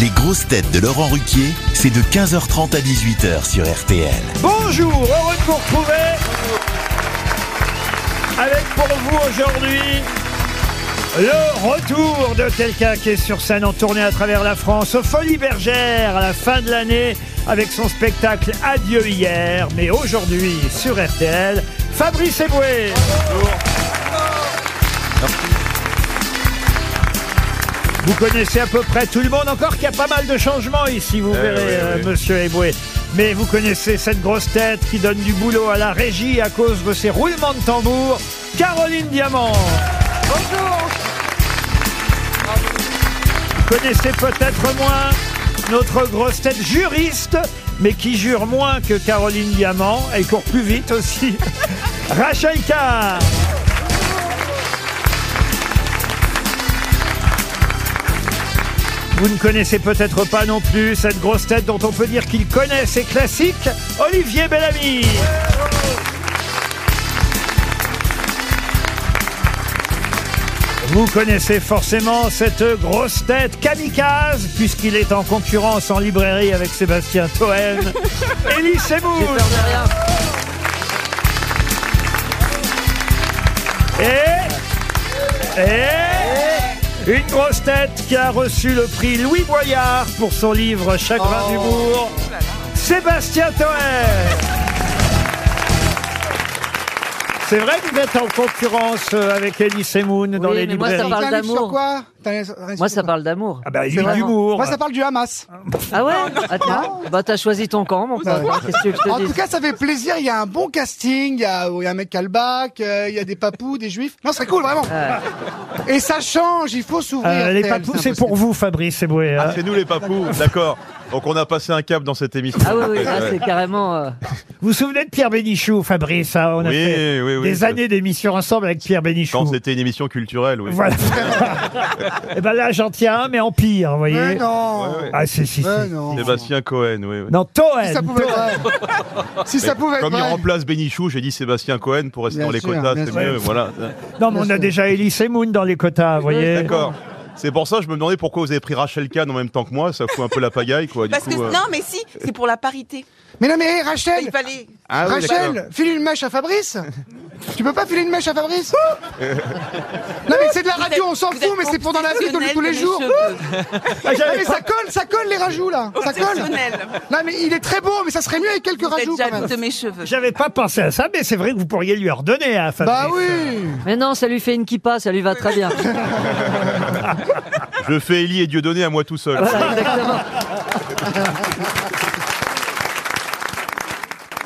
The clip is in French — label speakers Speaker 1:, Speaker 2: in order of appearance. Speaker 1: Les grosses têtes de Laurent Ruquier, c'est de 15h30 à 18h sur RTL.
Speaker 2: Bonjour, heureux de vous retrouver. Avec pour vous aujourd'hui le retour de quelqu'un qui est sur scène en tournée à travers la France, aux Folies Bergères, à la fin de l'année, avec son spectacle Adieu hier, mais aujourd'hui sur RTL, Fabrice Eboué. Vous connaissez à peu près tout le monde, encore qu'il y a pas mal de changements ici, vous verrez,
Speaker 3: Eh oui,
Speaker 2: euh,
Speaker 3: oui.
Speaker 2: monsieur Eboué. Mais vous connaissez cette grosse tête qui donne du boulot à la régie à cause de ses roulements de tambour, Caroline Diamant. Bonjour. Vous connaissez peut-être moins notre grosse tête juriste, mais qui jure moins que Caroline Diamant. Elle court plus vite aussi. Rachel Carr. Vous ne connaissez peut-être pas non plus cette grosse tête dont on peut dire qu'il connaît ses classiques, Olivier Bellamy. Vous connaissez forcément cette grosse tête kamikaze, puisqu'il est en concurrence en librairie avec Sébastien Toen. Élie Semoun. Et... Et... Une grosse tête qui a reçu le prix Louis Boyard pour son livre Chagrin
Speaker 4: Oh.
Speaker 2: d'humour, Sébastien Toen. C'est vrai que vous êtes en concurrence euh, avec Elie Semoun dans
Speaker 5: Oui,
Speaker 2: les
Speaker 5: mais moi, ça
Speaker 2: librairies.
Speaker 5: parle
Speaker 4: T'as un livre
Speaker 5: d'amour.
Speaker 4: sur quoi
Speaker 5: Moi, ça parle d'amour.
Speaker 2: Ah bah,
Speaker 5: C'est
Speaker 2: lui,
Speaker 5: vraiment-
Speaker 2: d'humour.
Speaker 4: Moi, ça parle du Hamas.
Speaker 5: Ah ouais Attends. Bah, t'as choisi ton camp, mon pauvre. Qu'est-ce que tu veux que je
Speaker 4: En
Speaker 5: te
Speaker 4: tout
Speaker 5: dise
Speaker 4: cas, ça fait plaisir. Il y a un bon casting. Il y a, il y a un mec calbac. euh, Il y a des papous, des juifs. Non, c'est cool, vraiment. Et ça change. Il faut s'ouvrir.
Speaker 2: Euh, les
Speaker 4: RTL,
Speaker 2: papous,
Speaker 4: c'est
Speaker 2: c'est pour vous, Fabrice Eboué. hein.
Speaker 4: Ah,
Speaker 3: C'est Ah, nous les papous, d'accord. Donc on a passé un cap dans cette émission.
Speaker 5: Ah oui, oui, là,
Speaker 3: Ouais.
Speaker 5: c'est carrément. euh,
Speaker 2: Vous vous souvenez de Pierre Bénichou, Fabrice hein, On a
Speaker 3: Oui,
Speaker 2: fait
Speaker 3: oui, oui.
Speaker 2: des années d'émissions ensemble avec Pierre Bénichou.
Speaker 3: Quand c'était une émission culturelle, oui.
Speaker 2: Voilà. Et ben là, j'en tiens un, mais en pire, vous voyez.
Speaker 4: Mais non.
Speaker 3: Ouais, ouais.
Speaker 2: Ah, si, si, si.
Speaker 4: Mais non.
Speaker 3: Sébastien Cohen, oui. oui.
Speaker 2: Non, Toen.
Speaker 4: Si ça pouvait être vrai. Si ça pouvait être
Speaker 3: Comme il
Speaker 4: vrai.
Speaker 3: remplace Bénichou, j'ai dit Sébastien Cohen pour rester
Speaker 4: Bien
Speaker 3: dans les
Speaker 4: sûr,
Speaker 3: quotas,
Speaker 4: bien
Speaker 3: c'est
Speaker 4: sûr.
Speaker 3: mieux, voilà.
Speaker 2: Non, mais on a déjà Elie Semoun dans les quotas, vous voyez.
Speaker 3: D'accord. C'est pour ça que je me demandais pourquoi vous avez pris Rachel Kahn en même temps que moi, ça fout un peu la pagaille, quoi. du
Speaker 6: Parce que
Speaker 3: coup, euh.
Speaker 6: non, mais si, c'est pour la parité.
Speaker 4: Mais non, mais hey,
Speaker 6: Il
Speaker 4: Rachel,
Speaker 6: fallait.
Speaker 3: Ah oui, d'accord.
Speaker 4: Rachel, file une mèche à Fabrice. tu peux pas filer une mèche à Fabrice Non, mais c'est de la radio. Ah, On s'en
Speaker 6: Vous êtes
Speaker 4: fout, mais c'est pour dans la vie de tous les
Speaker 6: obsessionnel
Speaker 4: jours.
Speaker 6: de mes cheveux.
Speaker 2: Ah,
Speaker 4: Ah,
Speaker 2: j'avais
Speaker 4: mais
Speaker 2: pas-
Speaker 4: ça colle, ça colle les rajouts là. Ça colle.
Speaker 6: Obsessionnel.
Speaker 4: Non mais il est très beau, mais ça serait mieux avec quelques
Speaker 6: Vous
Speaker 4: rajouts
Speaker 6: êtes
Speaker 4: quand
Speaker 6: jaloux
Speaker 4: même.
Speaker 6: de mes cheveux.
Speaker 2: J'avais pas pensé à ça, mais c'est vrai que vous pourriez lui ordonner hein, à Fabrice.
Speaker 4: Bah oui.
Speaker 5: Mais non, ça lui fait une kippa, ça lui va très bien.
Speaker 2: Ah,
Speaker 3: Je fais Ellie et Dieudonné à moi tout seul.
Speaker 5: Voilà, exactement.